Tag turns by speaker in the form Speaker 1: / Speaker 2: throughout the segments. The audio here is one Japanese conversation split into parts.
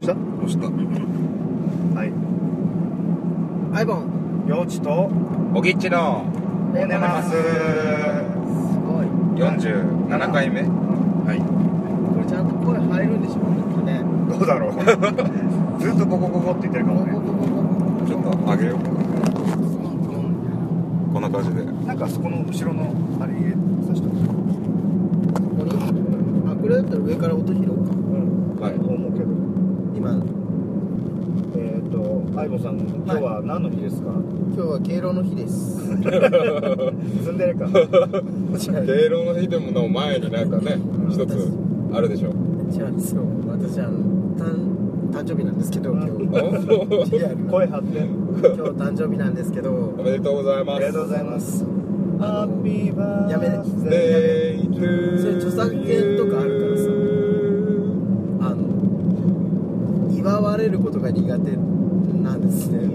Speaker 1: した
Speaker 2: どうした
Speaker 1: はい。アイボン。
Speaker 2: 幼稚と
Speaker 3: おぎっちの
Speaker 2: おねます
Speaker 1: すごい。
Speaker 3: 47回目
Speaker 2: は
Speaker 1: これちゃんと声入るんでしょうね。
Speaker 2: いどうだ ろうずっとボコボコって言ってるか
Speaker 1: ボ
Speaker 2: も
Speaker 1: コボ
Speaker 2: ね
Speaker 1: コボコボコ
Speaker 3: ちょっと上げようかな
Speaker 1: こ
Speaker 3: こんな感じで
Speaker 2: なんかそこの後ろのあれ入れさせた
Speaker 1: こにあ、これだったら上から音拾うか。
Speaker 2: うん
Speaker 3: はい
Speaker 2: 思うけど
Speaker 1: 今、今
Speaker 2: えっ、ー、と相棒さん今日は何の日ですか、
Speaker 1: 日は敬老の日です。
Speaker 2: ずんでるか
Speaker 1: 違う。
Speaker 3: 敬老の日でもの前になんかね一つあるでしょ
Speaker 1: 違うんですよ。私、あの、誕、誕生日なんですけど、今
Speaker 3: お
Speaker 1: 日。
Speaker 3: お
Speaker 1: リアルな
Speaker 2: 声張って
Speaker 1: 今日誕生日なんですけど。
Speaker 3: めでとうござい
Speaker 2: あ
Speaker 3: ま
Speaker 2: りがと
Speaker 3: す
Speaker 2: うございます
Speaker 1: あの
Speaker 2: ーバ
Speaker 1: やめ
Speaker 2: デ
Speaker 3: デイトゥー
Speaker 1: それ著作権とかあるからさあの祝われることが苦手なんです ね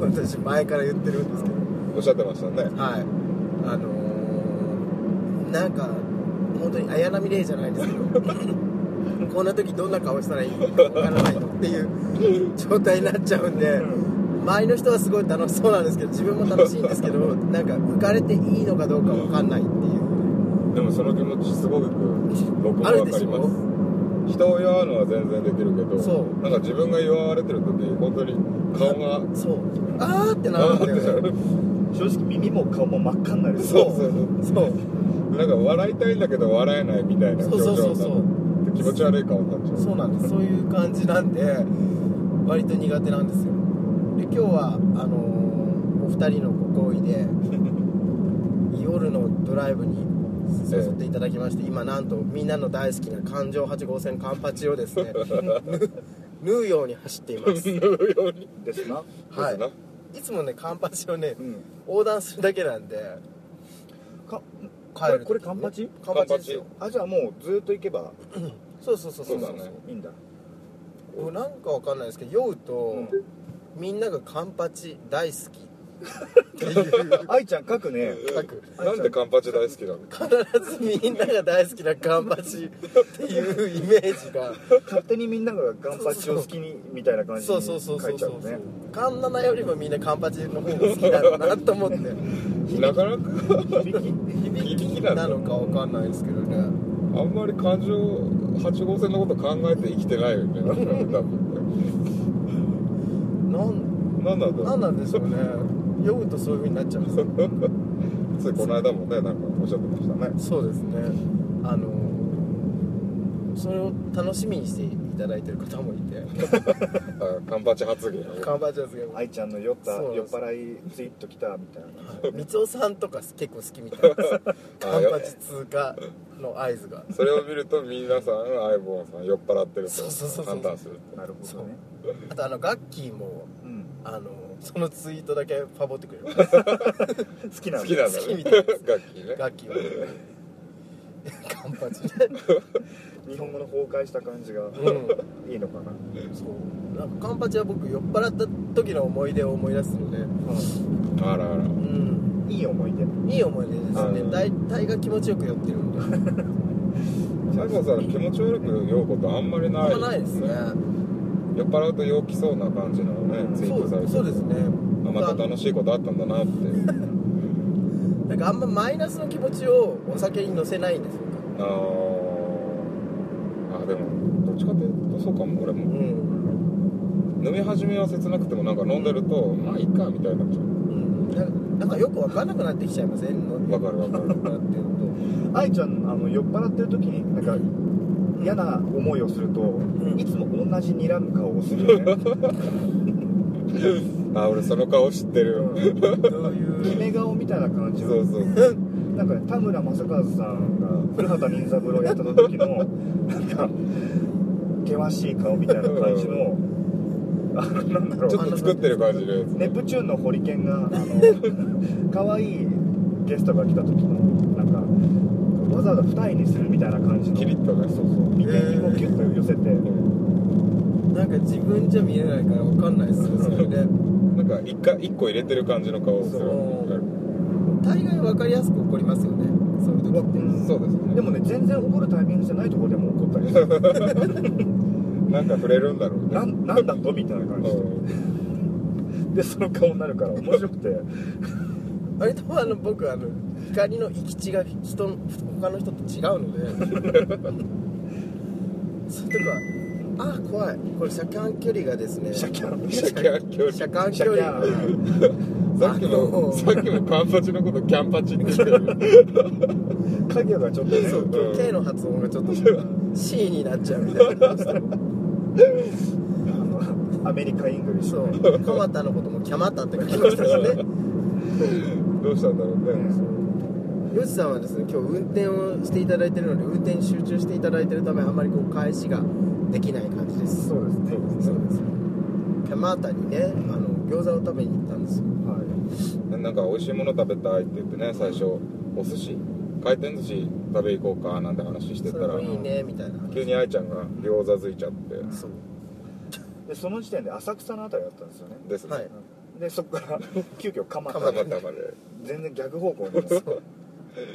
Speaker 1: 私前から言ってるんですけど
Speaker 3: おっしゃってましたね
Speaker 1: はいあのーなんか本当に綾波レイじゃないですけ どこんな時どんな顔したらいいのかわからないっていう状態になっちゃうんで周りの人はすごい楽しそうなんですけど自分も楽しいんですけどなんか浮かれていいのかどうかわかんないっていう
Speaker 3: でもその気持ちすごく僕も
Speaker 1: ある
Speaker 3: 分
Speaker 1: で
Speaker 3: か
Speaker 1: し
Speaker 3: りま
Speaker 1: ょ
Speaker 3: す人を祝うのは全然できるけど
Speaker 1: そう
Speaker 3: なんか自分が祝われてる時本当に顔が
Speaker 1: そうあーってなる
Speaker 3: あ
Speaker 1: んだよね
Speaker 3: ーってなる
Speaker 2: 正直耳も顔も真っ赤になる
Speaker 3: そうそうそう
Speaker 1: そう
Speaker 3: なんか笑いたいんだけど笑えないみたいな
Speaker 1: そ
Speaker 3: 表
Speaker 1: うそ
Speaker 3: 情
Speaker 1: うそうそ
Speaker 3: に
Speaker 1: う
Speaker 3: なって気持ち悪い顔になっちゃう
Speaker 1: そうなんですそういう感じなんで割と苦手なんですよで今日はあのーお二人のご厚 意で夜のドライブに誘っていただきまして、今なんとみんなの大好きな環状8号線カンパチをで すねぬ縫うように走っています
Speaker 2: ですな
Speaker 1: はい
Speaker 3: です
Speaker 1: いつもねカンパチをね
Speaker 2: うん
Speaker 1: 横断するだけなんで
Speaker 2: か
Speaker 1: 帰る時ね
Speaker 2: これカンパチ
Speaker 1: カンパチですよ
Speaker 2: あじゃあもうずーっと行けば
Speaker 1: そうそうそうそう
Speaker 3: そ
Speaker 1: そうう
Speaker 3: だね
Speaker 2: いいんだ
Speaker 1: 俺なんかわかんないですけど酔うと、
Speaker 2: ん
Speaker 1: みんながカンパチ大好き
Speaker 2: 愛ちゃん書くね
Speaker 1: 書く
Speaker 3: ななんでカンパチ大好きなの
Speaker 1: 必ずみんなが大好きなカンパチっていうイメージが
Speaker 2: 勝手にみんながガンパチを好きにみたいな感じ
Speaker 1: そう
Speaker 2: に
Speaker 1: そうそう
Speaker 2: 書
Speaker 1: そ
Speaker 2: いうちゃ
Speaker 1: そうう
Speaker 2: ね
Speaker 1: カンナナよりもみんなカンパチの方が好きだろうなと思って
Speaker 3: なかなか
Speaker 2: 響き
Speaker 1: 響
Speaker 3: 響
Speaker 1: き
Speaker 3: きな
Speaker 1: なん
Speaker 3: だ
Speaker 1: のかわかんないですけどね
Speaker 3: あんまり感情8号線のこと考えて生きてないよね多分
Speaker 1: なん
Speaker 3: なんなんだろ
Speaker 1: な
Speaker 3: うん
Speaker 1: なんでしょうね酔うとそういう風になっちゃうんですよ
Speaker 3: ついこの間もねなんかおっしゃってましたね
Speaker 1: そうですねあのそれを楽しみにしていただいてる方もいて
Speaker 3: あカンパチ発言
Speaker 1: カンパチですけど
Speaker 2: 愛ちゃんの酔った
Speaker 1: そうなん
Speaker 2: 酔っ
Speaker 1: です
Speaker 2: 払いツイート来たみたいな感じ
Speaker 1: 三尾さんとか結構好きみたいですカンパチ通過の合図が
Speaker 3: それを見ると皆さん相棒さん酔っ払ってる
Speaker 1: そうそうそ
Speaker 3: と
Speaker 1: うそう
Speaker 3: 判断する
Speaker 2: なるほどね
Speaker 1: あとあのガッキーも
Speaker 2: うん
Speaker 1: あのそのツイートだけファボってくれる
Speaker 2: 好きな
Speaker 3: 好
Speaker 2: の
Speaker 3: きなんだ
Speaker 1: 好き
Speaker 3: ね
Speaker 1: みたい です
Speaker 3: 楽器ね
Speaker 1: ガッキーはカンパチ
Speaker 2: 日本語の崩壊した感じが
Speaker 1: う
Speaker 2: いいのかな、
Speaker 1: んそうなんかカンパチは僕酔っ払った時の思い出を思い出すので
Speaker 3: あらあら
Speaker 1: うん
Speaker 2: いい思い出
Speaker 1: いい思い出です
Speaker 3: う
Speaker 1: ね
Speaker 3: ん
Speaker 1: 大体が気持ちよく酔ってるんで
Speaker 3: 相棒さん気持ち悪く酔うことあんまり
Speaker 1: あ
Speaker 3: なんい
Speaker 1: まないですね
Speaker 3: 酔っ払うと陽気そうな感じのねツイー
Speaker 1: そ
Speaker 3: トされ
Speaker 1: う
Speaker 3: て
Speaker 1: そうですね
Speaker 3: あまた楽しいことあったんだ なって
Speaker 1: なんかあんまマイナスの気持ちをお酒に乗せないんですよ
Speaker 3: あーあでもどっちかというとそうかも俺
Speaker 1: う
Speaker 3: も
Speaker 1: ん
Speaker 3: 飲み始めは切なくてもなんか飲んでるとまあいいかみたいになっちゃう
Speaker 1: うんなんかなんかよくわかんなくなってきちゃいませんの
Speaker 3: わかるわかる
Speaker 1: なっていうと
Speaker 2: 愛ちゃんあの酔っ払ってる時になんか嫌な思いをすると、
Speaker 1: ん
Speaker 2: いつも同じ睨む顔をするよね
Speaker 3: あ俺その顔知ってる、
Speaker 1: どう
Speaker 2: 決
Speaker 1: いう
Speaker 2: め顔みたいな感じ
Speaker 3: そ
Speaker 2: を
Speaker 3: うそう
Speaker 2: なんかね田村正和さんが古畑任三郎やった時のなんか険しい顔みたいな感じのあのなんだろ
Speaker 3: ちょっ
Speaker 2: う
Speaker 3: と作ってる感じのやつ
Speaker 2: ネプチューンのホリケンがあの 可愛いゲストが来た時のなんかわざわざ二重にするみたいな感じの
Speaker 3: キリッとねそうそう
Speaker 2: 眉間をキュッと寄せて、
Speaker 1: なんか自分じゃ見れないからわかんないですよそれで
Speaker 3: なんか一回一個入れてる感じの顔をする
Speaker 1: そう大概わかりやすく怒りますよねそういう時
Speaker 2: う
Speaker 1: って
Speaker 2: ん
Speaker 3: そうですね
Speaker 2: でもね全然怒るタイミングじゃないところでも怒ったりする
Speaker 3: でなんか触れるんだろうね
Speaker 2: なんなんだとみたいな感じ
Speaker 3: う
Speaker 2: ででその顔になるから面白くて
Speaker 1: 割とあの僕あの光の行き地が人の他の人と違う のでそういうとこはあー怖いこれ車間距離がですね
Speaker 2: シャキャン
Speaker 3: んシャキャン距離
Speaker 1: 車
Speaker 3: さ
Speaker 1: 間
Speaker 2: シ
Speaker 1: 距
Speaker 2: ャキ
Speaker 1: 離が
Speaker 2: ャン
Speaker 3: っきのさっきのカンパチのことキャンパチって言ってる
Speaker 2: 影がちょっとね
Speaker 1: そう
Speaker 3: うん
Speaker 1: K の発音がちょっと C になっちゃうみたいな
Speaker 2: あのアメリカイングリッシ
Speaker 1: そ
Speaker 2: ュね
Speaker 1: う蒲田のこともキャマタって書きましたしね
Speaker 3: どうしたんだろうね
Speaker 1: ヨシさんはですね今日運転をしていただいてるので運転に集中していただいてるためあまりこう返しができない感じです
Speaker 2: そうですね
Speaker 1: そうですキャマタにねあの餃子を食べに行ったんですよ
Speaker 2: は
Speaker 3: なんか美味しいもの食べたいって言ってね最初お寿司回転寿司食べ行こうかなんて話して
Speaker 1: そ
Speaker 3: た
Speaker 1: れ
Speaker 3: ら
Speaker 1: もいいねみたいな
Speaker 3: 急に愛ちゃんが餃子づいちゃって
Speaker 1: そう
Speaker 2: いでその時点で浅草のあたりだったんですよね
Speaker 3: ですね、
Speaker 1: はい
Speaker 2: でそこ から急遽蒲田
Speaker 3: たまたまで
Speaker 2: 全然逆方向に
Speaker 1: そう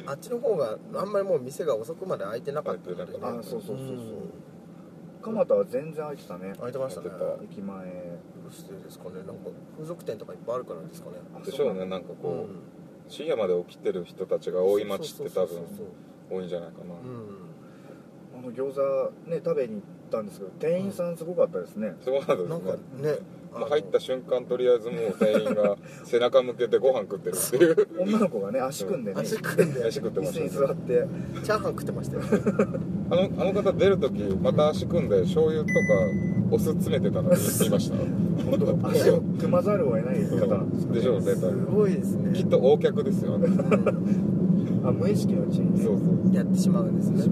Speaker 1: あっちの方があんまりもう店が遅くまで開いてなかったので
Speaker 3: 開いてな
Speaker 2: あ
Speaker 3: かっ
Speaker 2: そうそうそうそう
Speaker 1: うん
Speaker 2: 蒲田は全然空いてたね
Speaker 1: 開いてましたね
Speaker 3: 開いて
Speaker 1: ど
Speaker 3: た
Speaker 2: 駅前
Speaker 1: うしてですかねなんか風俗店とかいっぱいあるからですかね
Speaker 2: あ
Speaker 3: でしょ
Speaker 2: そ
Speaker 3: うね
Speaker 2: う
Speaker 3: なんか
Speaker 1: う
Speaker 3: こう、深夜まで起きてる人たちが多い町って多
Speaker 1: そうそう
Speaker 3: 分
Speaker 1: そう
Speaker 3: 多いんじゃないかな、
Speaker 1: そう
Speaker 2: あ
Speaker 1: うん
Speaker 2: の餃子ね食べに行ったんですけど店員さんすごかったですね、
Speaker 3: そうなんです
Speaker 1: な
Speaker 3: ね
Speaker 1: んかね、あ
Speaker 3: ま
Speaker 1: の
Speaker 3: あ入った瞬間とりあえずもう店員が背中向けてご飯食ってるっていう
Speaker 2: 女の子がね足組んでね
Speaker 1: 足組んで
Speaker 3: 足食ってま
Speaker 2: 椅子に
Speaker 3: した
Speaker 2: 座
Speaker 3: ね
Speaker 2: って
Speaker 1: チャーハン食ってましたよ。
Speaker 3: あのあの方出る時また足組んで醤油とかお酢詰めてた のに言いました
Speaker 2: 本当足を組まざるを得ない方なんですよね
Speaker 3: でしょうね多
Speaker 1: す
Speaker 3: 分
Speaker 1: ごいです
Speaker 3: き っ
Speaker 1: ね。
Speaker 3: と横客ですよね
Speaker 1: うん
Speaker 2: あ無意識のうちにね
Speaker 3: そうそう
Speaker 1: やってしまうんですね。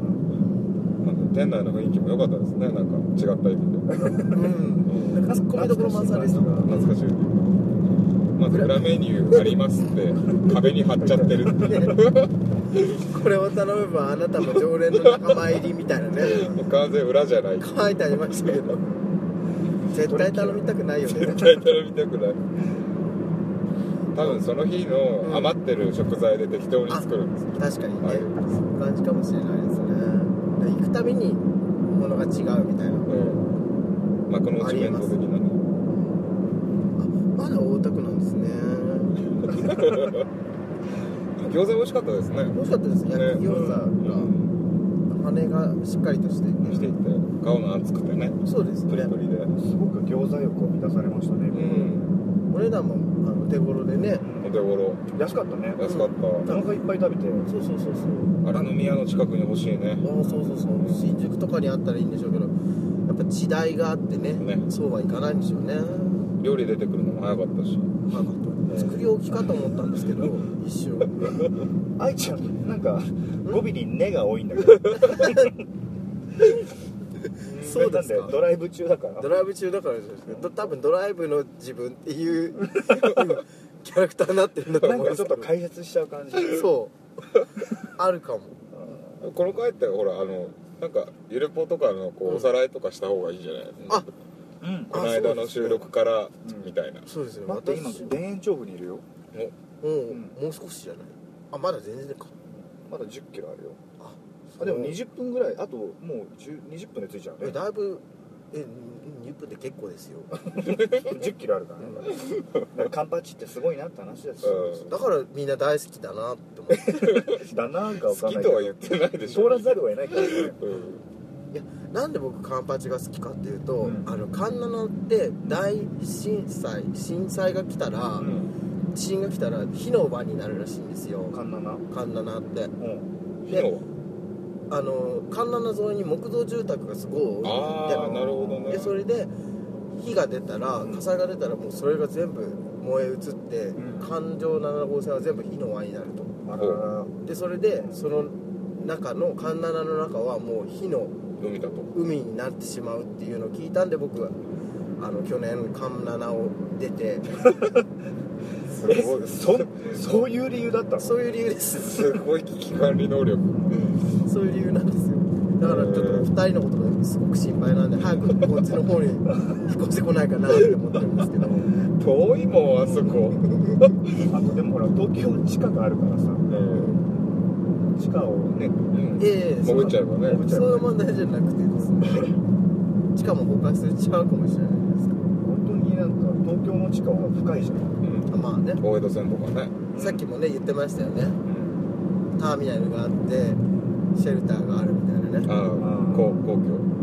Speaker 3: なんか店内の雰囲気も良かったですねなんか違った意味で
Speaker 1: うん。なんかツッコミどころ満載ですよ。
Speaker 3: 懐かしいまず裏メニューありますって壁に貼っちゃってるっていう
Speaker 1: これを頼めばあなたも常連の仲間入りみたいなね。
Speaker 3: もう完全裏じゃない
Speaker 1: 書いてありましたけど。絶対頼みたくないよね。
Speaker 3: タイトル見たくない多分その日の余ってる食材で適当に作るんですよ、
Speaker 1: 確かに
Speaker 3: ああ
Speaker 1: ね
Speaker 3: い。う
Speaker 1: そういう感じかもしれないですね。で行くたびにものが違うみたいな。
Speaker 3: うん幕の内弁当的なね
Speaker 1: あ、まだ大田区なんですね。
Speaker 3: 餃子美味しかったですね
Speaker 1: 美味しかったです。焼き餃子が
Speaker 3: うん
Speaker 1: 羽がしっかりとしていて。
Speaker 3: していて顔の厚くてね
Speaker 1: そうです
Speaker 3: プリ
Speaker 1: ね
Speaker 3: プリでう
Speaker 2: すごく餃子欲を満たされましたね、
Speaker 3: ん
Speaker 1: お値段もあの手頃でね
Speaker 3: お手頃
Speaker 2: 安かったね
Speaker 3: 安かっ
Speaker 2: お腹いっぱい食べて
Speaker 1: そうそうそうそう
Speaker 3: た、あれの宮の近くに欲しいね
Speaker 1: あそうそうそう新宿とかにあったらいいんでしょうけどやっぱ時代があってね
Speaker 3: ね
Speaker 1: そうはいかないんでしょうね
Speaker 3: 料理出てくるのも早かったし
Speaker 1: なんか作り置きかと思ったんですけど一瞬
Speaker 2: 愛ちゃんなんか語尾に「ね」が多いんだけど
Speaker 1: そうです
Speaker 2: なん
Speaker 1: か
Speaker 2: ドライブ中だから
Speaker 1: ドライブ中だからじゃないですかど多分ドライブの自分っていうキャラクターになってるんだと
Speaker 2: な
Speaker 1: 思
Speaker 2: ん
Speaker 1: い
Speaker 2: か
Speaker 1: ま
Speaker 2: ち
Speaker 1: す
Speaker 2: ょっ
Speaker 1: けど
Speaker 2: と解説しちゃう感じ
Speaker 1: そうあるかも
Speaker 3: この回ってほらあのなんかゆるぽとかの
Speaker 1: う
Speaker 3: こ
Speaker 1: ん
Speaker 3: うおさらいとかした方がいいんじゃない、
Speaker 1: あ
Speaker 2: うん
Speaker 3: この間の収録から
Speaker 2: うん
Speaker 3: みたいな、
Speaker 1: そうですね
Speaker 2: 待って今
Speaker 1: 私
Speaker 2: 田園調布にいるよ
Speaker 1: うん
Speaker 2: うん
Speaker 1: もう少しじゃないあまだ全然か
Speaker 2: まだ1 0キロあるよ
Speaker 1: あ
Speaker 2: あでも20分ぐらいあともう10 20分で着いちゃう
Speaker 1: え
Speaker 2: ね
Speaker 1: だいぶえに20分って結構です よ
Speaker 2: 1 0キロあるからねだからカンパチってすごいなって話ですよ
Speaker 3: うん
Speaker 1: だからみんな大好きだなって思 って
Speaker 2: だなんかわか
Speaker 3: 好
Speaker 2: んな
Speaker 3: き
Speaker 2: い
Speaker 3: とは言ってないでし
Speaker 2: 通
Speaker 3: ょ
Speaker 2: らざるを得ないからね
Speaker 3: うん
Speaker 1: なんで僕カンパチが好きかっていうと、
Speaker 2: うん
Speaker 1: あのカンナナって大震災震災が来たら、
Speaker 3: うん
Speaker 1: 地震が来たら火の輪になるらしいんですよ
Speaker 2: カンナナ
Speaker 1: カンナナって
Speaker 2: うん
Speaker 3: 火の
Speaker 1: あのカンナナ沿いに木造住宅がすごい多い
Speaker 3: ああ
Speaker 1: ん
Speaker 3: なるほど
Speaker 1: で
Speaker 3: ね
Speaker 1: でそれで火が出たら火災が出たらもうそれが全部燃え移って、
Speaker 2: うん
Speaker 1: 環状7号線は全部火の輪になると
Speaker 2: あらら
Speaker 1: でそれでその中の環七の中はもう火の
Speaker 3: 海だと
Speaker 1: 海になってしまうっていうのを聞いたんで僕はあの去年環七を出 て
Speaker 3: す
Speaker 2: え
Speaker 3: ごい
Speaker 2: そそういう理由だったの
Speaker 1: そういう理由です
Speaker 3: すごい危機管理能力
Speaker 1: そういう理由なんですよだからちょっとお二人のことがすごく心配なんで早くこっちの方に引っ越してこないかなって思ってるんですけ ど
Speaker 3: 遠いもんあそこ
Speaker 2: あとでもほら東京地下があるからさ
Speaker 3: うん
Speaker 2: 地下をね
Speaker 3: ねうん
Speaker 1: ええ
Speaker 3: 潜っちゃえばね
Speaker 1: そうそういう問題じゃなくてですね地下も崩壊するちゃうかもしれないじゃないですか
Speaker 2: 本当になんか東京の地下は深いじゃん
Speaker 3: うん
Speaker 1: あまあね
Speaker 3: 大江戸線とかね
Speaker 1: さっきもね言ってましたよね
Speaker 3: うん
Speaker 1: ターミナルがあってシェルターがあるみたいなね
Speaker 3: ああこう皇居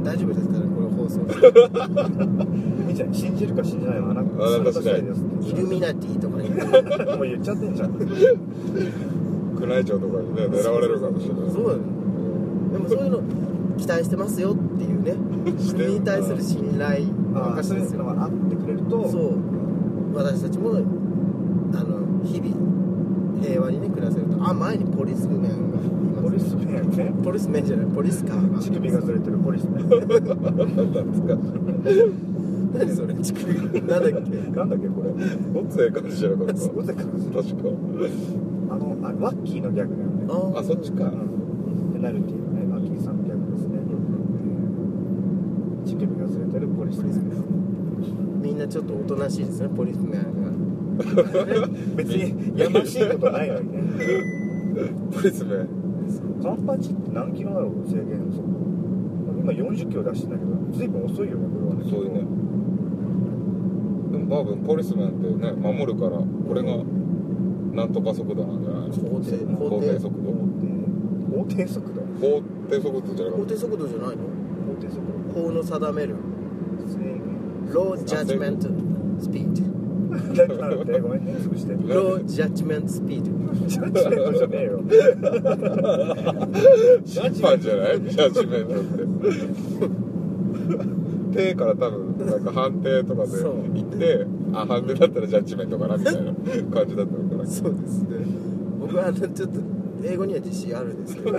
Speaker 1: 大丈夫ですかねこれ放送
Speaker 2: みーちゃん信じるか信じないのはあなた
Speaker 3: あなた
Speaker 2: 次第ですって
Speaker 1: イルミナティとか言って
Speaker 2: もう言っちゃってんじゃん
Speaker 3: 宮内庁とかにね狙われるかもしれない
Speaker 1: そうだねでもそういうの期待してますよっていうね
Speaker 3: して
Speaker 1: 国に対す る信頼の
Speaker 2: ああ
Speaker 1: 証
Speaker 2: そうい
Speaker 1: で
Speaker 2: う
Speaker 1: すよ
Speaker 2: のがあってくれると
Speaker 1: そう私たちもあの日々平和にね暮らせるとあ前にポリスメンがいます
Speaker 2: ポリスメンね
Speaker 1: ポリスメンじゃないポリスカーが
Speaker 2: 乳首がずれてるポリスメン
Speaker 3: 懐かしい
Speaker 1: 何それ乳首がなんだっ け
Speaker 2: なんだっけこれ
Speaker 3: ごっつええ感じじゃなかった
Speaker 2: ごぜか
Speaker 3: 確か
Speaker 2: あのあワッキーのギャグだよね
Speaker 3: あそっ ちか
Speaker 2: うんペナルティーのね、マッキーさんの役ですね。乳首がずれてるポリス
Speaker 1: ポリ
Speaker 2: で
Speaker 1: ス
Speaker 2: すね
Speaker 1: メ。ンみんなちょっとおとなしいですねポリスメン
Speaker 2: 別にやましいことないのにね。
Speaker 3: プリズム
Speaker 2: カンパチって何キロだろう制限速度。今40キロ出してんだけど、随分遅いよね、これはね。
Speaker 3: そういうねでも多分ポリスメンってね守るからこれがなんとか速度なんじゃない
Speaker 1: が法定
Speaker 3: 法
Speaker 1: 法
Speaker 3: 定
Speaker 1: 定
Speaker 3: 速度
Speaker 2: 法定速度
Speaker 3: 法定速度じゃなか
Speaker 1: 法
Speaker 3: っ
Speaker 1: 定速度じゃないの
Speaker 2: 法定速度
Speaker 1: 法の定める
Speaker 2: 制限
Speaker 1: Low Judgment Speed
Speaker 2: だからなんてごめんね潰して
Speaker 1: Low Judgment Speed
Speaker 2: ジャッジメントじゃねえよ
Speaker 3: た審判じゃないジャッジメントって手から多分なんか判定とかで
Speaker 1: そう
Speaker 3: 行ってあ判定だったらジャッジメントかなみたいな感じだったのかな
Speaker 1: そうですね僕はあのちょっと英語には自信あるんですけど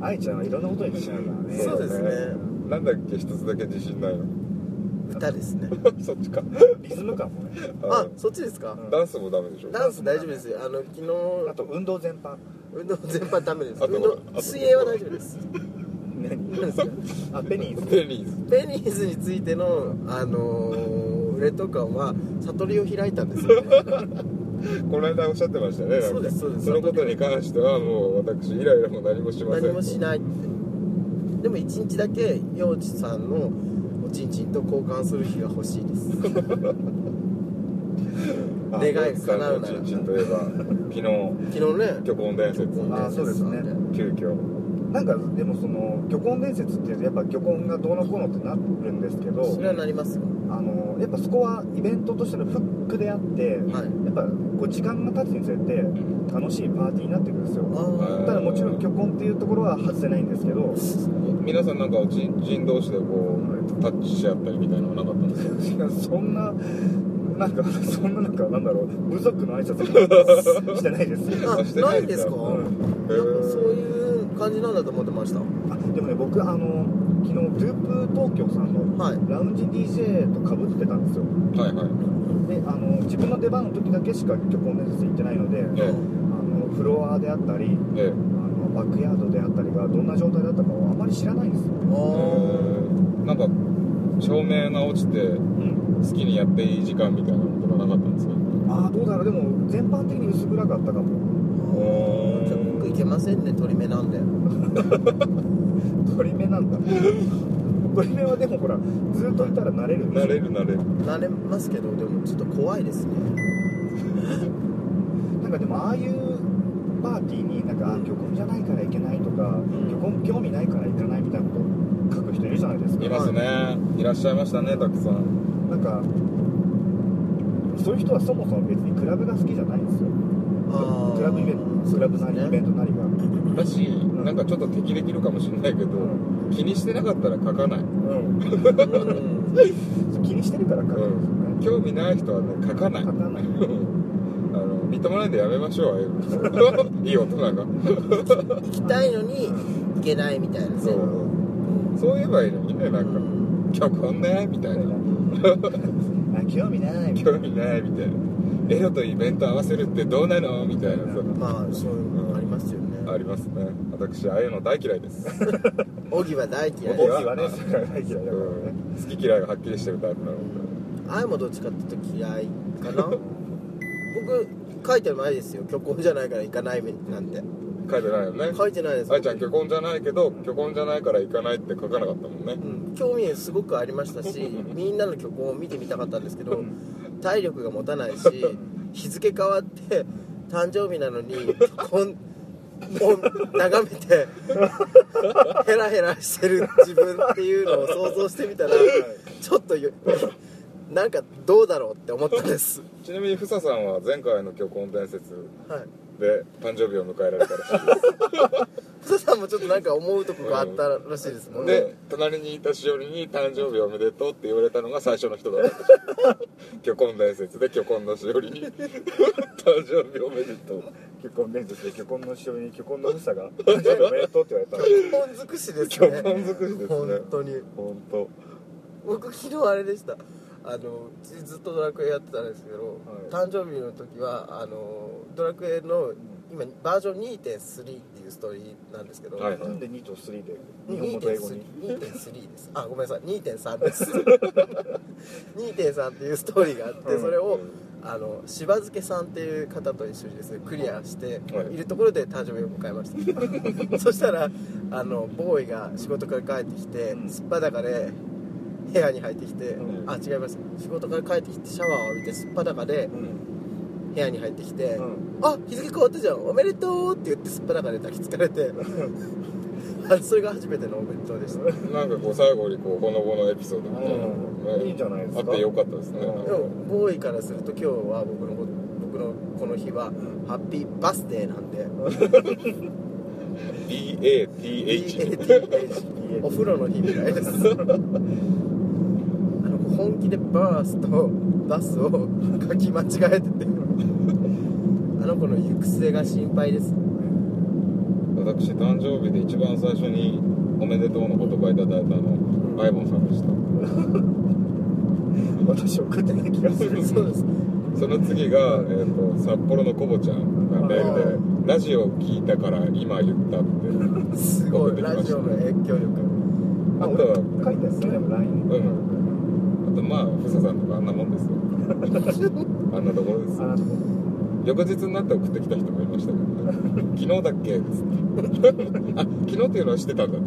Speaker 2: 愛ちゃんはいろんなことに自信あるからね
Speaker 1: そうですね
Speaker 3: なんだっけ一つだけ自信ないの
Speaker 1: 歌ですね
Speaker 3: そっちか
Speaker 2: リズム感もね
Speaker 1: あそっちですか
Speaker 3: ダンスもダメでしょ
Speaker 1: ダンス大丈夫ですよあの昨日
Speaker 2: あと運動全般
Speaker 1: 運動全般ダメです
Speaker 3: あと
Speaker 1: 運動水泳は大丈夫です
Speaker 2: 何
Speaker 1: 何ですか
Speaker 2: あペニーズ
Speaker 3: テニス
Speaker 1: ペニーズについてのあのー、レッド感は悟りを開いたんですよ、ね、
Speaker 3: この間おっしゃってましたねなんか
Speaker 1: そうですそうです
Speaker 3: そのことに関してはもう私イライラも何もしません
Speaker 1: 何もしないってでも一日だけ陽一さんのおちんちんと交換する日が欲しいです
Speaker 3: あ
Speaker 1: 願いが叶うなら
Speaker 3: おちんちんといえば昨日
Speaker 1: 昨日ね
Speaker 3: 虚婚伝説
Speaker 2: あそうですね
Speaker 3: 急遽
Speaker 2: なんかでもその虚婚伝説っていうとやっぱ虚婚がどうのこうのってなるんですけど
Speaker 1: それはなりますよ
Speaker 2: あのやっぱそこはイベントとしてのフックであって、
Speaker 1: はい
Speaker 2: やっぱこう時間が経つにつれて楽しいパーティーになってくるんですよ
Speaker 1: あ
Speaker 3: あ
Speaker 2: ただもちろん虚婚っていうところは外せないんですけど
Speaker 3: 皆さんなんかおちんちん同士でこうタッチし合ったりみたいなのはなかったんですか
Speaker 2: いやそんななんかそんななんかなんだろう部族の挨拶とかしてないです
Speaker 1: あ
Speaker 3: あしてな
Speaker 1: ないい
Speaker 3: ん
Speaker 1: ん
Speaker 3: だ
Speaker 1: ですか、
Speaker 2: うん
Speaker 1: やっぱそういう感じなんだと思ってましたは
Speaker 2: あでもね僕あの昨日ドゥープ東京さんの
Speaker 1: い
Speaker 2: ラウンジ DJ とかぶってたんですよ
Speaker 3: はいはい
Speaker 2: であの自分の出番の時だけしか虚婚伝説行ってないので
Speaker 3: え
Speaker 2: あのフロアであったり
Speaker 3: えええ
Speaker 2: あのバックヤードであったりがどんな状態だったかはあまり知らないんですよ、
Speaker 1: あー
Speaker 3: なんか照明が落ちて
Speaker 2: うん、
Speaker 3: 好きにやっていい時間みたいなのとかなかったんですか
Speaker 2: ああどうだろうでも全般的に薄暗かったかも
Speaker 3: おー
Speaker 1: じゃあ僕いけませんね鳥目なんで
Speaker 2: 鳥目なんだ鳥目はでもほらずっといたら慣れるんで
Speaker 3: 慣
Speaker 2: す
Speaker 3: れる慣れる
Speaker 1: 慣れますけどでもちょっと怖いですね
Speaker 2: なんかでもああいうパーティーになんかあー虚婚じゃないからいけないとか、虚婚興味ないから行かないみたいなこと書く人いるじゃないですか
Speaker 3: いますねいらっしゃいましたねたくさん
Speaker 2: なんかそういう人はそもそも別にクラブが好きじゃないんですよ
Speaker 1: ああ
Speaker 2: クラブイベントクラブなりイベントなりが、
Speaker 3: だしなんかちょっと敵できるかもしれないけど気にしてなかったら書かない
Speaker 2: うん
Speaker 1: うん
Speaker 2: 気にしてるから書くんですよね、
Speaker 3: 興味ない人はね書かない
Speaker 2: 書か ない
Speaker 3: あの認めないでやめましょうああいう のいい大人が
Speaker 1: 行きたいのに行けないみたいなね
Speaker 3: そうそう言えばいいのにねなんか「今日こんね」みたいな
Speaker 2: あ興味ない
Speaker 3: 「
Speaker 2: みたい
Speaker 3: 興味ない」みたいな「エロとイベント合わせるってどうなの?」みたいなさ
Speaker 1: まあそういうのありますよね
Speaker 3: ありますね私ああいうの大嫌いです、
Speaker 1: 小木は大嫌い
Speaker 2: な
Speaker 1: で
Speaker 3: 小
Speaker 1: す
Speaker 2: 大はね世界大嫌いだから
Speaker 3: う
Speaker 2: ね
Speaker 3: ん好き嫌いがはっきりしてるタイプなの
Speaker 1: 愛もどっちかっていうと嫌いかな僕書いてる前ですよ虚婚じゃないから行かないなんて
Speaker 3: 書いてないよね
Speaker 1: 書いてないです
Speaker 3: あいちゃん虚婚じゃないけど虚婚じゃないから行かないって書かなかったもんね
Speaker 1: うん、興味すごくありました しみんなの曲を見てみたかったんですけど体力が持たないし 日付変わって誕生日なのにこんを眺めてヘラヘラしてる自分っていうのを想像してみたらちょっとよなんかどうだろうって思ったんです、
Speaker 3: ちなみにふささんは前回の虚婚伝説
Speaker 1: はい、
Speaker 3: で誕生日を迎えられたらしい
Speaker 1: ふささんもちょっとなんか思うとこがあったらしいですもんね
Speaker 3: で隣にいたしおりに「誕生日おめでとう」って言われたのが最初の人だった虚婚伝説で虚婚のしおりに「 誕生日おめでとう
Speaker 2: 結婚伝説で結婚のしおりに結婚のふさが「誕生日おめでとう」って言われたら
Speaker 1: 本尽くしです
Speaker 3: 虚
Speaker 1: ね
Speaker 3: 婚尽くしですね
Speaker 1: 本当に
Speaker 3: 本当。
Speaker 1: 僕昨日あれでしたあのうちずっとドラクエやってたんですけど、
Speaker 2: は
Speaker 1: 誕生日の時はあのドラクエの今バージョン2.3っていうストーリーなんですけど、
Speaker 3: はい
Speaker 2: なんで2と3で日本語と英語に
Speaker 1: 2.3 2.3ですあごめんなさい2.3です 2.3っていうストーリーがあって
Speaker 2: うん
Speaker 1: それを、
Speaker 3: うん
Speaker 1: あの柴漬さんっていう方と一緒にですねクリアして
Speaker 3: はい
Speaker 1: いるところで誕生日を迎えまし たそしたらあのボーイが仕事から帰ってきて
Speaker 2: うん
Speaker 1: すっぱだかで部屋に入ってきて、
Speaker 2: うん
Speaker 1: あ違います仕事から帰ってきてシャワーを浴びてすっぱだかで
Speaker 2: うん
Speaker 1: 部屋に入ってきて、
Speaker 2: うん
Speaker 1: あ日付変わったじゃんおめでとうって言ってすっぱだかで抱きつかれて あそれが初めてのお弁当でした
Speaker 3: なんかこう最後にこうほのぼのエピソードみたいなの
Speaker 2: うんいいじゃないですか
Speaker 3: あってよかったですね
Speaker 2: うん
Speaker 1: でもボーイからすると今日は僕のこ僕のこの日はハッピーバースデーなんで
Speaker 3: BATH
Speaker 1: BATH お風呂の日みたいですあの本気でバースとバスを書き間違えててあの子の行く末が心配です
Speaker 3: 私誕生日で一番最初におめでとうの言葉いただいたのアイボンさんでした
Speaker 2: 私送ってない気がする
Speaker 1: そうです
Speaker 3: その次が、えー、と札幌のコボちゃんがメールでラジオ聞いたから今言ったって
Speaker 1: すごいラジオの影響力
Speaker 3: あ
Speaker 2: あ
Speaker 3: と
Speaker 2: 俺
Speaker 3: は
Speaker 2: 書いたやつねでも LINE
Speaker 3: うんあとまあふささんとかあんなも んですよあんなところです
Speaker 2: あ
Speaker 3: よ
Speaker 2: なたも
Speaker 3: 翌日になって送ってきた人もいましたけどね昨日だっけっつってあ昨日っていうのはしてたんだと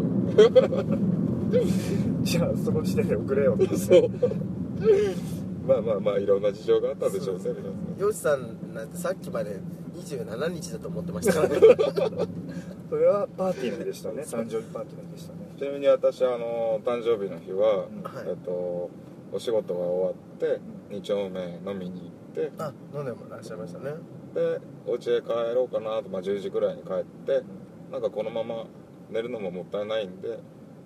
Speaker 2: じゃあその時点で送れよって
Speaker 3: そう。まあまあまあいろんな事情があったんでしょうね。皆さん
Speaker 1: よしさんなんてさっきまで27日だと思ってました からね
Speaker 2: それはパーティーの日でしたね誕生日パーティーの日でしたね
Speaker 3: ちなみに私あの誕生日の日は、
Speaker 1: はい
Speaker 3: えっとお仕事が終わって二丁目飲みに行って
Speaker 1: あ飲んでもらっしゃいましたね
Speaker 3: でお家へ帰ろうかなとまあ10時ぐらいに帰ってなんかこのまま寝るのももったいないんで。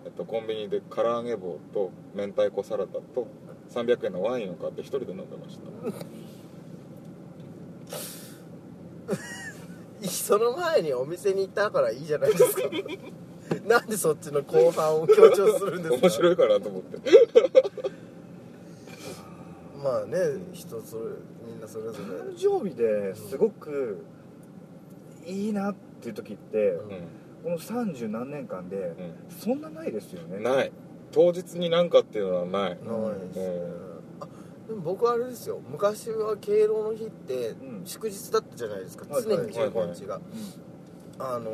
Speaker 3: えっと、コンビニで唐揚げ棒と明太子サラダと300円のワインを買って一人で飲んでました
Speaker 1: その前にお店に行ったからいいじゃないです かなんでそっちの後半を強調するんですか
Speaker 3: 面白いかなと思って
Speaker 1: まあね人それみんなそれぞれ
Speaker 2: 誕生日ですごくいいなっていう時って、
Speaker 3: う
Speaker 2: この三十何年間で
Speaker 3: ん、
Speaker 2: そんなないですよ
Speaker 3: う
Speaker 2: ね
Speaker 3: ん、ない当日になんかっていうのはな
Speaker 1: な
Speaker 3: い
Speaker 1: いですねあでも僕はあれですよ昔は敬老の日って
Speaker 2: ん
Speaker 1: 祝日だったじゃないですか、
Speaker 2: はい
Speaker 1: 常に15日が、あのー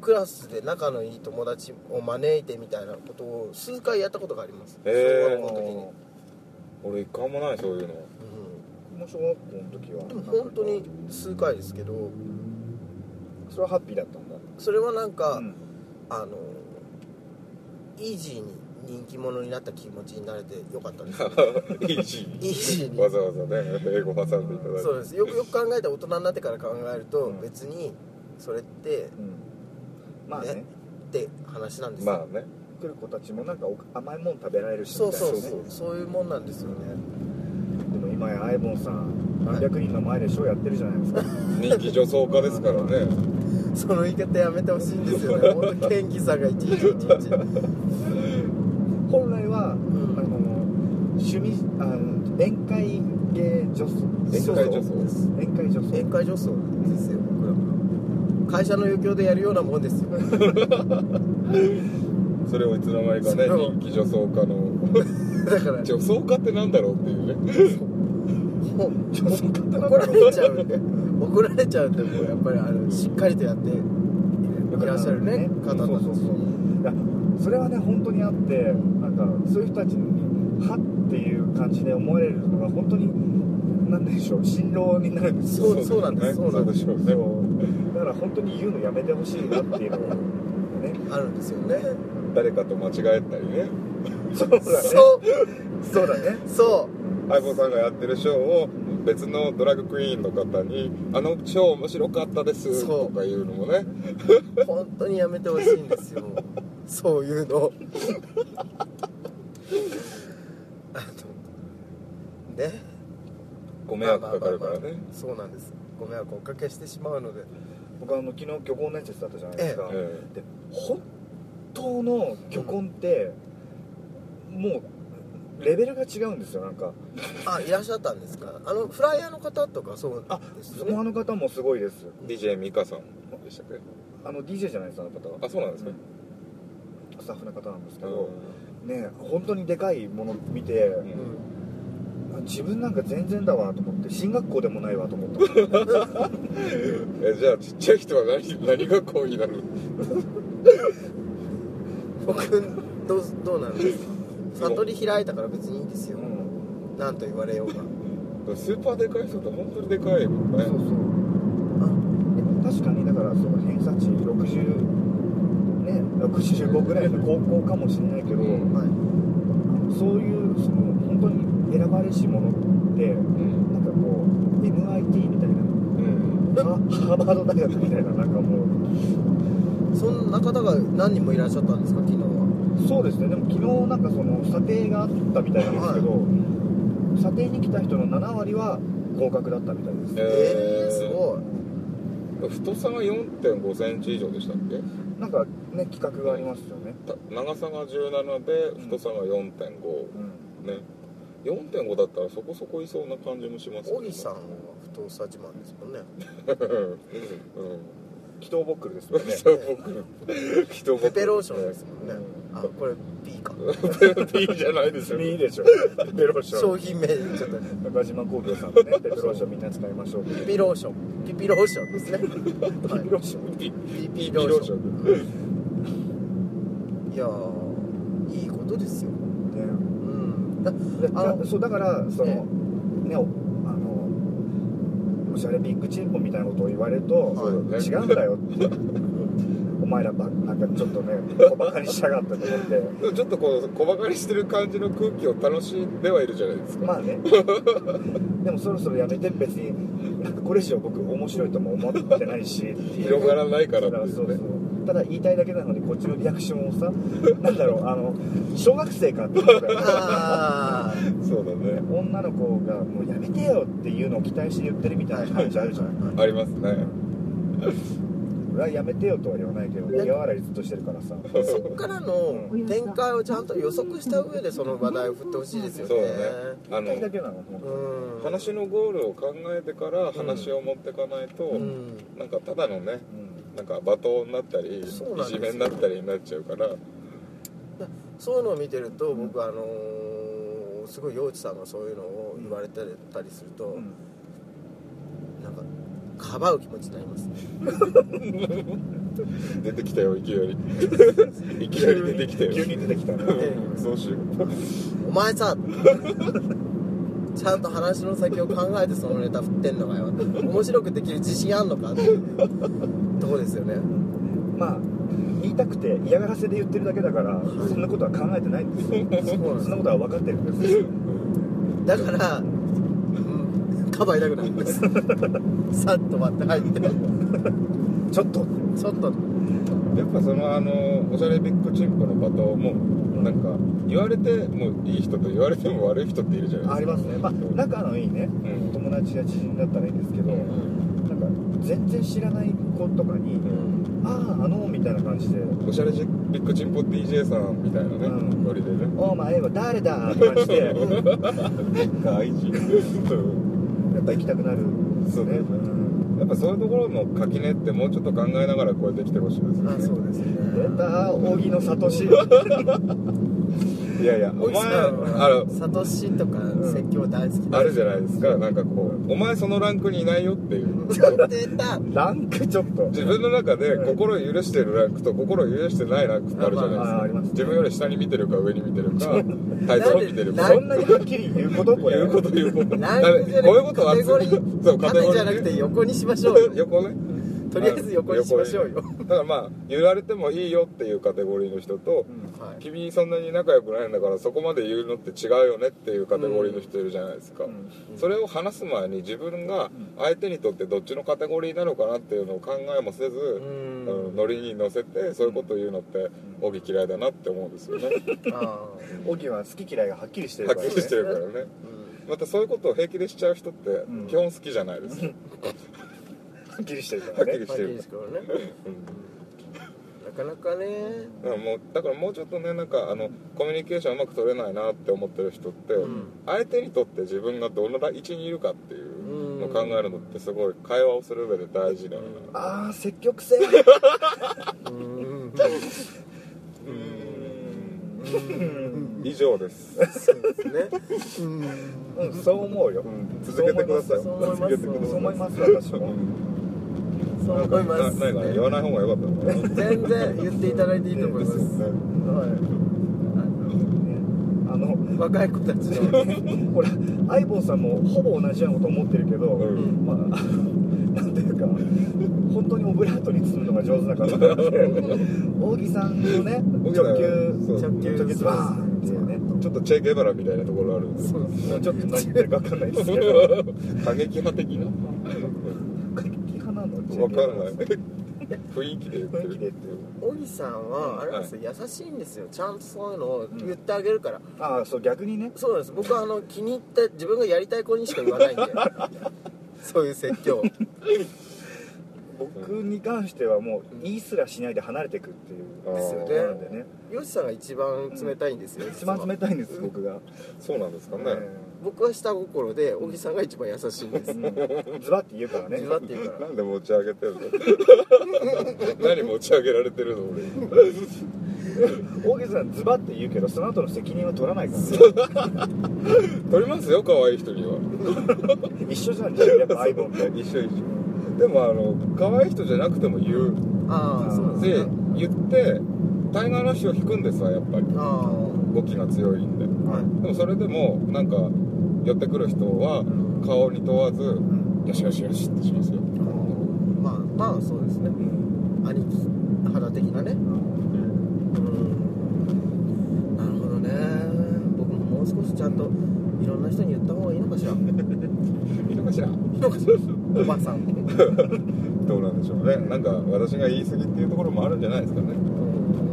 Speaker 1: クラスで仲のいい友達を招いてみたいなことを数回やったことがあります
Speaker 3: へ
Speaker 1: 小学
Speaker 3: ー
Speaker 1: 校の時に、
Speaker 3: 俺一回もないそういうの
Speaker 2: 僕も小学校の時は
Speaker 1: うん、でも本当に数回ですけど
Speaker 2: それはハッピーだったんだ
Speaker 1: それはなんか、
Speaker 2: うん
Speaker 1: あのイージーに人気者になった気持ちになれてよかった です
Speaker 3: イージ
Speaker 1: イージー
Speaker 3: ー
Speaker 1: に
Speaker 3: わざわざね英語挟んでいただいて
Speaker 1: そうですよくよく考えて大人になってから考えると、
Speaker 2: うん
Speaker 1: 別にそれって
Speaker 2: うんまあね
Speaker 1: ねって話なんですよ、
Speaker 3: まあね
Speaker 2: 来る子たちもなんかお甘いもん食べられるし
Speaker 1: そうそう
Speaker 2: みた
Speaker 1: そ
Speaker 2: いなね
Speaker 1: うそういうもんなんですよね
Speaker 2: でも今やアイボンさん何百人の前でショーやってるじゃないですか
Speaker 3: 人気女装家ですからね
Speaker 1: その言い方やめてほしいんです よね本当元気さが一日一日
Speaker 2: 本来はあ
Speaker 1: ん
Speaker 2: の趣味あの宴会芸女装
Speaker 3: 宴会女装
Speaker 2: 宴会女装
Speaker 1: 宴会女装ですよ僕らは会社の余興でやるようなもんですよ
Speaker 3: それをいつの間にかね
Speaker 1: そう
Speaker 3: 人気女装家の
Speaker 1: だから
Speaker 3: 女装家ってなんだろうっていうね
Speaker 1: もう
Speaker 2: ちょっと勝手な
Speaker 1: 怒られちゃうんで 怒られちゃうんでもうやっぱりあのしっかりとやっていらっしゃるね方たち
Speaker 2: そうそうそう いやそれはね本当にあってなんかそういう人たちにはっていう感じで思われるのが本当になんでしょう辛労になるんですよ
Speaker 1: そうそうなんです
Speaker 3: そうなんでしょうね
Speaker 2: そうだから本当に言うのやめてほしいなっていうのが ね
Speaker 1: あるんですよね
Speaker 3: 誰かと間違えたりね
Speaker 2: そうだね
Speaker 1: そう
Speaker 2: そうだね
Speaker 1: そ
Speaker 3: 相棒さんがやってるショーを別のドラッグクイーンの方に「あのショー面白かったです」
Speaker 1: そ
Speaker 3: と
Speaker 1: う
Speaker 3: か言うのもね
Speaker 1: う本当にやめてほしいんですよそういうのあのね
Speaker 3: ご迷惑かかるから
Speaker 1: まあまあまあ
Speaker 3: ね
Speaker 1: まあそうなんですご迷惑をおかけしてしまうので
Speaker 2: 僕あの昨日虚婚面接だったじゃないですか、
Speaker 3: え
Speaker 2: で本当の虚婚って、もうレベルが違うんですよなんか
Speaker 1: あいらっしゃったんですかあのフライヤーの方とかそう
Speaker 2: あ
Speaker 1: です
Speaker 2: そ
Speaker 1: よ
Speaker 2: のあ
Speaker 1: ね
Speaker 2: の方もすごいです
Speaker 3: DJ ミカさんでしたっけ
Speaker 2: あの DJ じゃないですあの方は
Speaker 3: あそうなんですね
Speaker 2: スタッフの方なんですけど、ね本当にでかいもの見て、
Speaker 3: うん
Speaker 1: う
Speaker 2: 自分なんか全然だわと思って進学校でもないわと思った
Speaker 3: えじゃあちっちゃい人は何 何がこうになる
Speaker 1: ん僕どうどうなんですか悟り開いたから別にいいですよ
Speaker 2: うん
Speaker 1: なんと言われようが
Speaker 3: スーパーでかい人って本当にでかいもんね
Speaker 2: そうそう確かにだからその偏差値60ね65ぐらいの高校かもしれないけど、
Speaker 3: うん
Speaker 1: はい
Speaker 2: そういうその本当に選ばれし者って
Speaker 3: うん
Speaker 2: なんかこう MIT みたいな
Speaker 3: うん
Speaker 2: ハハーバード大学みたいななんかも
Speaker 1: そんな方が何人もいらっしゃったんですか昨日は
Speaker 2: うそうですねでも昨日なんかその査定があったみたいなんですけど、査定に来た人の7割は合格だったみたいです、
Speaker 1: え
Speaker 3: え
Speaker 1: ー、すごい
Speaker 3: 太さが4 5センチ以上でしたっけ
Speaker 2: なんかね企画がありますよね、
Speaker 3: た長さが17で太さが4.5、ね4.5だったらそこそこいそうな感じもしますけど
Speaker 1: 小木 さんは太さ自慢ですもんね
Speaker 3: うん
Speaker 2: 祈祷ボックルですもんね
Speaker 3: そう僕人
Speaker 1: ペペローションですもんねあこれ B か
Speaker 3: いいじゃないですよ
Speaker 2: いいでしょペローショ
Speaker 1: 商
Speaker 2: ン
Speaker 1: 品名ちょっと
Speaker 2: 中島工業さんのねペペローションみんな使いましょう
Speaker 1: ピピローションピピローションです ね、は
Speaker 2: ペペローション
Speaker 3: ピ
Speaker 1: い、ピ
Speaker 3: ピ
Speaker 1: ピロ
Speaker 3: ロ
Speaker 1: ー
Speaker 3: ー
Speaker 1: シ
Speaker 3: シ
Speaker 1: ョ
Speaker 3: ョ
Speaker 1: ン
Speaker 3: ン
Speaker 1: いやーいいことですよ
Speaker 2: ね
Speaker 1: うんだ
Speaker 2: で
Speaker 1: あの
Speaker 2: だそうだからその、
Speaker 1: え
Speaker 2: ねおあのおしゃれビッグチンポみたいなことを言われると、
Speaker 1: そう
Speaker 3: だね
Speaker 2: 違うんだよって お前らばなんかちょっとね小バカにしやがったと思って
Speaker 3: でもちょっとこう小バカにしてる感じの空気を楽しんではいるじゃないですか
Speaker 2: まあねでもそろそろやめて別になんかこれ以上僕面白いとも思ってないしっていう
Speaker 3: 広がらないから
Speaker 2: だか
Speaker 3: ってい
Speaker 2: らそう
Speaker 3: う
Speaker 2: そう
Speaker 3: ね
Speaker 2: ただ言いたいだけなのにこっちのリアクションをさなんだろうあの小学生かっていうぐらい
Speaker 1: あー
Speaker 3: そうだね
Speaker 2: 女の子が「もうやめてよ」っていうのを期待して言ってるみたい な感じあるじゃない
Speaker 3: ありますね
Speaker 2: 俺はやめてよとは言わないけど
Speaker 1: ね
Speaker 2: 苦笑いずっとしてるからさ
Speaker 1: そっからの展開をちゃんと予測した上でその話題を振ってほしいですよね
Speaker 3: そうだねあ
Speaker 2: 一回だ
Speaker 3: の
Speaker 2: けなの本当
Speaker 1: うん
Speaker 3: 話のゴールを考えてから話を持ってかないと、
Speaker 1: うん
Speaker 3: なんかただのね
Speaker 2: うん
Speaker 3: なんか罵倒になったりい
Speaker 1: そうなんですよ
Speaker 3: じめになったりになっちゃうから
Speaker 1: そういうのを見てると僕あのーすごい陽一さんがそういうのを言われてたりすると
Speaker 2: うん
Speaker 1: なんかかばう気持ちになります
Speaker 3: 出てきたよいきなりいきなり出てきたよ
Speaker 2: 急に出てきたね
Speaker 3: うんそうしよう
Speaker 1: お前さ ちゃんと話の先を考えてそのネタ振ってんのかよ面白くできる自信あんのかっていうとこですよね
Speaker 2: まあ言いたくて嫌がらせで言ってるだけだから
Speaker 1: はい
Speaker 2: そんなことは考えてないんですよ
Speaker 1: そうなんです
Speaker 2: そんなことは分かってるんですよ
Speaker 1: だから、うん、カバーいな くなるんですさっと割って入って
Speaker 2: ちょっと
Speaker 1: ちょっと
Speaker 3: やっぱそのあのおしゃれビッグチンポの罵倒もなんか言われてもいい人と言われても悪い人っているじゃな
Speaker 2: あ
Speaker 3: い
Speaker 2: り
Speaker 3: で
Speaker 2: ますねまあ仲のいいね
Speaker 3: すか、うん
Speaker 2: 友達や知人だったらいいんですけど
Speaker 3: うん
Speaker 2: なんか全然知らない子とかに
Speaker 3: うん
Speaker 2: 「あああの」みたいな感じで「
Speaker 3: おしゃれビッグチンポ DJ さんみたいなね、
Speaker 2: うん
Speaker 3: ノリで ね
Speaker 2: お前は誰だ?」って感じでやっ
Speaker 3: 大事うん
Speaker 2: ぱ行きたくなるんです
Speaker 3: そう
Speaker 2: ね
Speaker 3: ね
Speaker 2: うん
Speaker 3: やっぱそういうところの垣根ってもうちょっと考えながらこうやってきてほしいですよ
Speaker 1: あ
Speaker 3: ね
Speaker 1: そうですね
Speaker 2: 出た荻野聡
Speaker 3: いやいや
Speaker 1: お
Speaker 3: お前
Speaker 1: いさん
Speaker 3: あ
Speaker 1: は
Speaker 3: の
Speaker 1: サトシとか説教大好き
Speaker 3: あるじゃ
Speaker 1: ゃ
Speaker 3: ないですかなんかこうお前そのランクにいないよっていう
Speaker 1: ちょっと言った
Speaker 2: ランクちょっと
Speaker 3: 自分の中で心許してるランクと心許してないランクってあるじゃないです
Speaker 2: あ
Speaker 3: か
Speaker 2: あります
Speaker 3: 自分より下に見てるか上に見てるかタイトル見てる
Speaker 1: な
Speaker 3: か
Speaker 1: んで
Speaker 2: そんなにはっきり言うことこれ
Speaker 3: 言うこと言うこと
Speaker 1: ランクじゃなくて
Speaker 3: こういうことは
Speaker 1: カテゴリー
Speaker 3: そうカテ
Speaker 1: 縦
Speaker 3: ゴリ
Speaker 1: じ
Speaker 3: ー
Speaker 1: ゃなくて
Speaker 3: ね
Speaker 1: 横にしましょうよ
Speaker 3: 横ね
Speaker 1: とりあえず横にしましょうよ
Speaker 3: 横にだからまあ言われてもいいよっていうカテゴリーの人と
Speaker 1: はい
Speaker 3: 君そんなに仲良くないんだからそこまで言うのって違うよねっていうカテゴリーの人いるじゃないですか、
Speaker 2: うん
Speaker 3: それを話す前に自分が相手にとってどっちのカテゴリーなのかなっていうのを考えもせず、
Speaker 1: うん
Speaker 3: うんノリに乗せてそういうこと言うのって小木嫌いだなって思うんですよね
Speaker 1: あ
Speaker 2: オギは好き嫌いがはっきりしてる
Speaker 3: は
Speaker 2: か
Speaker 3: っ
Speaker 2: ら、ね、
Speaker 3: きりしてるからね
Speaker 1: ーうん
Speaker 3: またそういうことを平気でしちゃう人って
Speaker 2: ん
Speaker 3: 基本好きじゃないです、
Speaker 2: はっきりしてるか
Speaker 3: は
Speaker 2: ら
Speaker 3: っきり
Speaker 2: ね
Speaker 3: し
Speaker 1: はってきり
Speaker 3: る
Speaker 1: ですからね
Speaker 3: うん
Speaker 1: なかなかね
Speaker 3: だからもうだからもうちょっとねなんかあのコミュニケーションうまく取れないなって思ってる人って、
Speaker 1: うん
Speaker 3: 相手にとって自分がどの位置にいるかっていうのを考えるのってすごい会話をする上で大事だよな
Speaker 1: う
Speaker 2: ああ積極性
Speaker 1: う ん
Speaker 3: うん
Speaker 2: うん、
Speaker 3: 以上です
Speaker 1: そうですねうん
Speaker 2: うん、そう思うよ、
Speaker 3: うん続けてください
Speaker 1: そう思います
Speaker 3: 続けてく
Speaker 2: そ
Speaker 3: だ
Speaker 2: う
Speaker 3: さい
Speaker 2: 思います私
Speaker 3: う
Speaker 2: も
Speaker 3: ん
Speaker 1: そう
Speaker 3: なん
Speaker 1: 思
Speaker 3: か
Speaker 1: います
Speaker 3: ななんか言わない方がよかったのかな
Speaker 1: 全然言っていただいていいと思います
Speaker 3: ですよね
Speaker 2: はいねあの
Speaker 1: 若い子たちの
Speaker 2: ほら相棒さんもほぼ同じようなこと思ってるけど、
Speaker 3: うん
Speaker 2: まあ なんていうか本当にオブラートに包むのが上手な方 なので大木さんのね
Speaker 3: 大木さん
Speaker 2: 直球
Speaker 3: そう
Speaker 1: 直球
Speaker 2: 直球バーンっていうね
Speaker 3: ちょっとチェ・ゲバラみたいなところあるんです
Speaker 1: そうです
Speaker 2: も
Speaker 1: ね
Speaker 2: うちょっと何言ってるか分かんないですけど
Speaker 3: 過激派的な
Speaker 2: 過激派なの
Speaker 3: わかんない雰囲気で言ってる
Speaker 2: 雰囲気で言ってる
Speaker 1: 小木さんはあれなんですよ優しいんですよちゃんとそういうのを言ってあげるから
Speaker 2: ああそう逆にね
Speaker 1: そうなんです僕はあの気に入った自分がやりたい子にしか言わないんでそういう説教
Speaker 2: 僕に関してはもう言いすらしないで離れていくっていう
Speaker 1: ですよ
Speaker 2: ことなん
Speaker 1: ね
Speaker 2: でね
Speaker 1: よしさんが一番冷たいんですよ
Speaker 2: 一番冷
Speaker 1: い
Speaker 2: たいんです僕が、
Speaker 3: そうなんですかね、
Speaker 1: 僕は下心で小木さんが一番優しいんです
Speaker 2: うんズバって言うからね
Speaker 1: ズバって言うから
Speaker 3: なんで持ち上げてるの 何持ち上げられてるの俺
Speaker 2: 大げさなズバって言うけどその後の責任は取らないからね
Speaker 3: 取りますよ可愛い人には
Speaker 2: 一緒じゃんじゃんやっぱ相棒って
Speaker 3: 一緒一緒でもあの可愛い人じゃなくても言う
Speaker 1: ああそうで
Speaker 3: です
Speaker 1: ね
Speaker 3: 言ってタイガーラッシュを引くんですわやっぱり
Speaker 1: ああ
Speaker 3: 語気が強いんで
Speaker 1: はい
Speaker 3: でもそれでもなんか寄ってくる人は顔に問わず「よしよしよし」ってしますよ
Speaker 1: あーまあまあそうですね兄貴肌的なねうんなるほどね僕ももう少しちゃんといろんな人に言った方がいいのかし らいい
Speaker 3: いいのかしら
Speaker 1: のかしらおばさんも
Speaker 3: どうなんでしょうねなんか私が言い過ぎっていうところもあるんじゃないですかね
Speaker 1: どう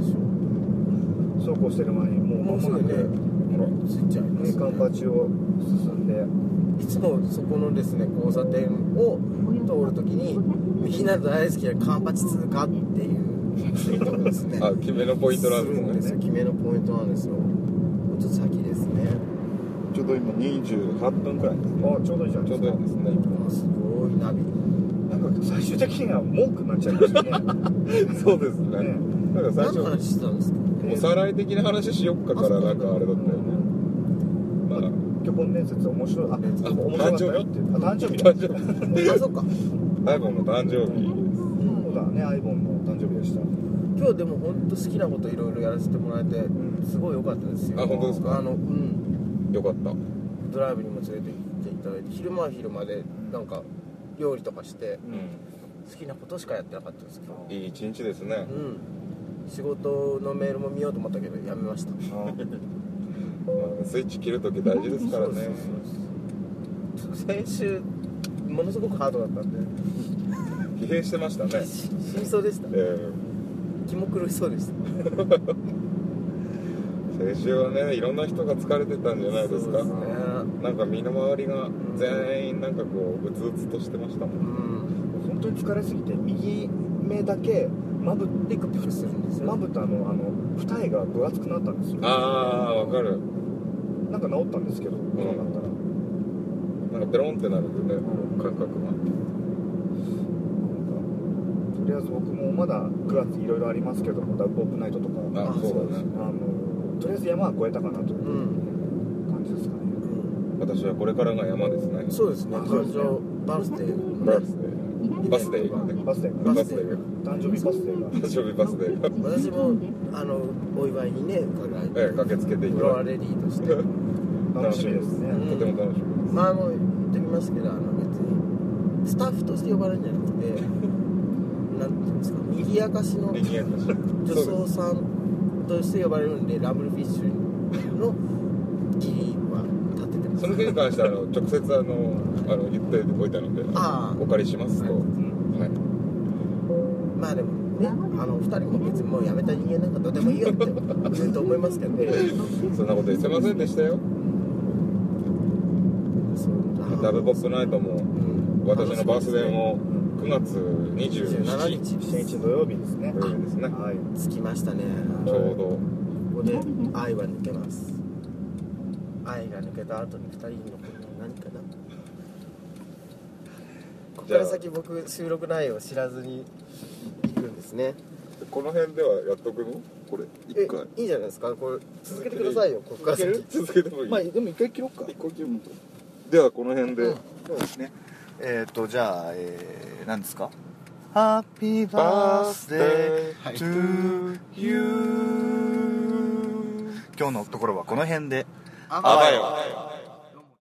Speaker 1: でしょ
Speaker 2: そうこうしてる前にも
Speaker 1: う
Speaker 2: う
Speaker 1: もうすぐね
Speaker 3: ほら
Speaker 1: ついちゃいます
Speaker 2: ねカンパチを進んで
Speaker 1: いつもそこのですね交差点を通るときにみんな大好きなカンパチ通過っていう ツイートをですね
Speaker 3: あ決めのポイントなんです
Speaker 1: る
Speaker 3: ね
Speaker 1: んですよ決めのポイントなんですよもうちょっと先ですね
Speaker 3: ちょうど今28分くらいですね
Speaker 2: あちょうどいいじゃん
Speaker 3: ちょうどいいですね
Speaker 1: あすごいナビ
Speaker 2: なんか最終的には文句になっちゃいましたね
Speaker 3: そうですね
Speaker 2: ね
Speaker 3: なんか最
Speaker 1: 何
Speaker 3: 初
Speaker 1: の話してたん ですか
Speaker 3: おさらい的な話しよっかからなんかあれだったよねまあ
Speaker 2: 今日本伝説面白いあ面白かったよっていうあ誕生日だ
Speaker 3: 誕生日
Speaker 1: あそうか
Speaker 3: アイボンの誕生日
Speaker 2: そうだねアイボンの誕生日でした
Speaker 1: 今日でも本当好きなこといろいろやらせてもらえて
Speaker 2: ん
Speaker 1: すごい良かったですよ
Speaker 3: あ本当ですか
Speaker 1: あのうん
Speaker 3: よかった
Speaker 1: ドライブにも連れて行っていただいて昼間は昼間でなんか料理とかして
Speaker 3: う
Speaker 1: 好きなことしかやってなかったです今
Speaker 3: んいい一日ですね
Speaker 1: 日うん仕事のメールも見ようと思ったけどやめました
Speaker 3: まあスイッチ切るとき大事ですからね
Speaker 1: そうです先週ものすごくハードだったんで
Speaker 3: 疲弊してましたね
Speaker 1: し死にそうでした
Speaker 3: えー
Speaker 1: 気も狂いそうでした
Speaker 3: 先週はねいろんな人が疲れてたんじゃないですか
Speaker 1: そうですね
Speaker 3: なんか身の回りが全員なんかこううつうつとしてましたもん
Speaker 1: うん
Speaker 2: 本当に疲れすぎて右目だけまぶ
Speaker 1: でクプルするんですよ
Speaker 2: まぶたのあの二重が分厚くなったんですよ
Speaker 3: あーわかる
Speaker 2: なんか治ったんですけどこのなったら
Speaker 3: なんかペロンってなるんでね感
Speaker 2: な
Speaker 3: 覚が
Speaker 2: んかとりあえず僕もまだ9月いろいろありますけどもダブオープナイトとか
Speaker 3: あそうだね
Speaker 2: あのとりあえず山は越えたかなという
Speaker 1: うん、
Speaker 2: 感じですかね
Speaker 3: 私はこれからが山ですね
Speaker 1: そうですね
Speaker 2: あ
Speaker 1: 誕生バースデー
Speaker 3: バースデーバースデーがね
Speaker 2: バスデー
Speaker 1: バ
Speaker 2: が
Speaker 1: ー
Speaker 3: バ
Speaker 1: スデー
Speaker 3: ースデーが
Speaker 2: 誕生日バスデーが
Speaker 3: 誕生日バースデーが
Speaker 1: 私もあのお祝いにね伺い
Speaker 3: ええ駆けつけていた
Speaker 1: フロ
Speaker 3: だ
Speaker 1: ア
Speaker 3: いて
Speaker 1: レディーとし て
Speaker 3: と
Speaker 2: 楽しみですね
Speaker 1: うん
Speaker 3: ても楽しみ
Speaker 1: まああの言ってみますけどあの別にスタッフとして呼ばれるんじゃなくてなんていうんですか賑やかしの
Speaker 3: です賑やかし
Speaker 1: 女
Speaker 3: そう
Speaker 1: 装さんとして呼ばれるんでラブルフィッシュの義理は立ててま
Speaker 3: です
Speaker 1: す
Speaker 3: その件に関してはあの直接あのあの言っておいたので
Speaker 1: ああ
Speaker 3: お借りしますと、はい、
Speaker 1: まあでもねあのお二人も別にもう辞めた人間なんかどうでもいいよって言うと思いますけど ね
Speaker 3: そんなこと言ってませんでしたよ
Speaker 1: そう
Speaker 3: ダブポップナイトも
Speaker 1: うん
Speaker 3: 私のバースデーも9月27
Speaker 1: 27
Speaker 3: 日
Speaker 1: 日
Speaker 2: 7日土曜日ですね
Speaker 3: 土曜日ですね
Speaker 2: はい
Speaker 1: 着きましたね
Speaker 3: ちょうど
Speaker 1: ここで愛は抜けます愛が抜けた後に二人に残るのは何かなここから先僕収録内容を知らずに行くんですね
Speaker 3: この辺ではやっとくのこれ
Speaker 1: え
Speaker 3: 一回
Speaker 1: いいじゃないですかこれ続けてくださいよここから先
Speaker 3: 続けてもいい、
Speaker 2: でも一回切ろうか
Speaker 3: ではこの辺で、
Speaker 4: そうですね。えっ、ー、とじゃあ、えー、何ですか。ハッピーバ
Speaker 3: バ
Speaker 4: ー
Speaker 3: ー
Speaker 4: ス
Speaker 3: ス
Speaker 4: デ
Speaker 3: デ
Speaker 4: ー
Speaker 3: ー
Speaker 4: to you。今日のところはこの辺で。
Speaker 3: あばよ